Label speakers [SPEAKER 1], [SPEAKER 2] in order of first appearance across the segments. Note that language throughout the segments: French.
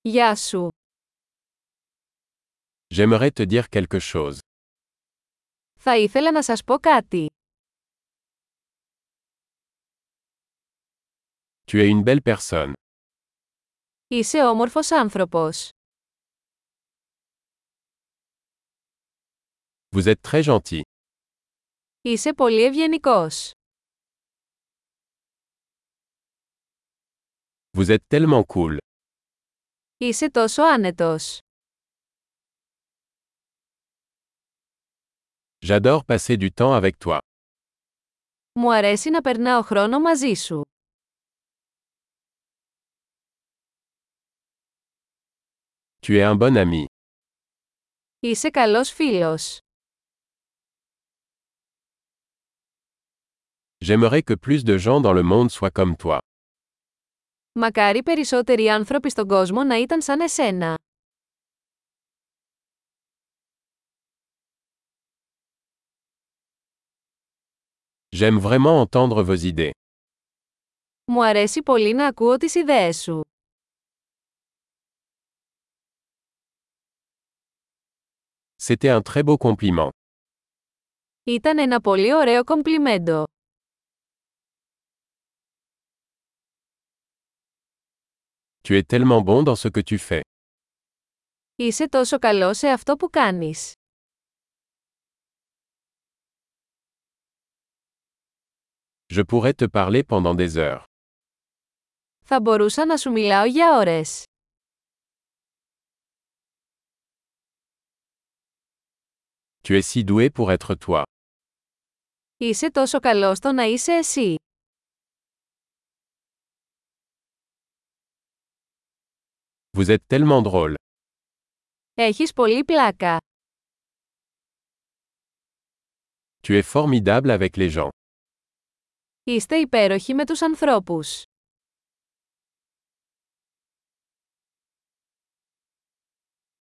[SPEAKER 1] Γεια σου.
[SPEAKER 2] J'aimerais te dire quelque chose.
[SPEAKER 1] Θα ήθελα να σας πω κάτι.
[SPEAKER 2] Tu es une belle personne.
[SPEAKER 1] Είσαι όμορφος άνθρωπος.
[SPEAKER 2] Vous êtes très gentil.
[SPEAKER 1] Είσαι πολύ ευγενικός.
[SPEAKER 2] Vous êtes tellement cool.
[SPEAKER 1] Είσαι τόσο άνετος.
[SPEAKER 2] J'adore passer du temps avec toi.
[SPEAKER 1] Μου αρέσει να περνάω χρόνο μαζί σου.
[SPEAKER 2] Tu es un bon ami.
[SPEAKER 1] Είσαι καλός φίλος.
[SPEAKER 2] J'aimerais que plus de gens dans le monde soient comme toi.
[SPEAKER 1] Μακάρι περισσότεροι άνθρωποι στον κόσμο να ήταν σαν εσένα.
[SPEAKER 2] J'aime vraiment entendre vos idées.
[SPEAKER 1] Μου αρέσει πολύ να ακούω τις ιδέες σου.
[SPEAKER 2] C'était un très beau compliment.
[SPEAKER 1] Ήταν ένα πολύ ωραίο κομπλιμέντο.
[SPEAKER 2] Tu es tellement bon dans ce que tu fais.
[SPEAKER 1] Είσαι τόσο καλό σε αυτό που κάνεις.
[SPEAKER 2] Je pourrais te parler pendant des heures.
[SPEAKER 1] Θα μπορούσα να σου μιλάω για ώρες.
[SPEAKER 2] Tu es si doué pour être toi.
[SPEAKER 1] Είσαι τόσο καλό στο να είσαι εσύ.
[SPEAKER 2] Vous êtes tellement drôle.
[SPEAKER 1] Έχεις πολύ πλάκα.
[SPEAKER 2] Tu es formidable avec les gens.
[SPEAKER 1] Είστε υπέροχοι με τους ανθρώπους.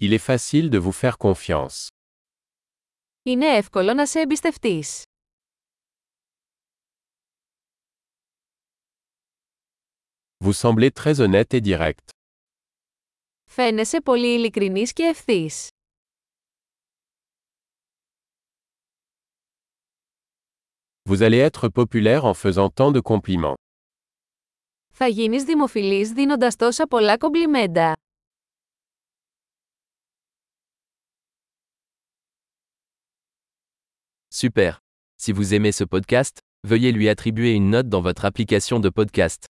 [SPEAKER 2] Il est facile de vous faire confiance.
[SPEAKER 1] Είναι εύκολο να σε εμπιστευτείς.
[SPEAKER 2] Vous semblez très honnête et direct.
[SPEAKER 1] Φαίνεσαι πολύ ειλικρινής και ευθύς.
[SPEAKER 2] Vous allez être populaire en faisant tant de compliments.
[SPEAKER 1] Θα γίνεις δημοφιλής δίνοντας τόσα πολλά κομπλιμέντα.
[SPEAKER 3] Super. Si vous aimez ce podcast, veuillez lui attribuer une note dans votre application de podcast.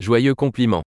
[SPEAKER 3] Joyeux compliment.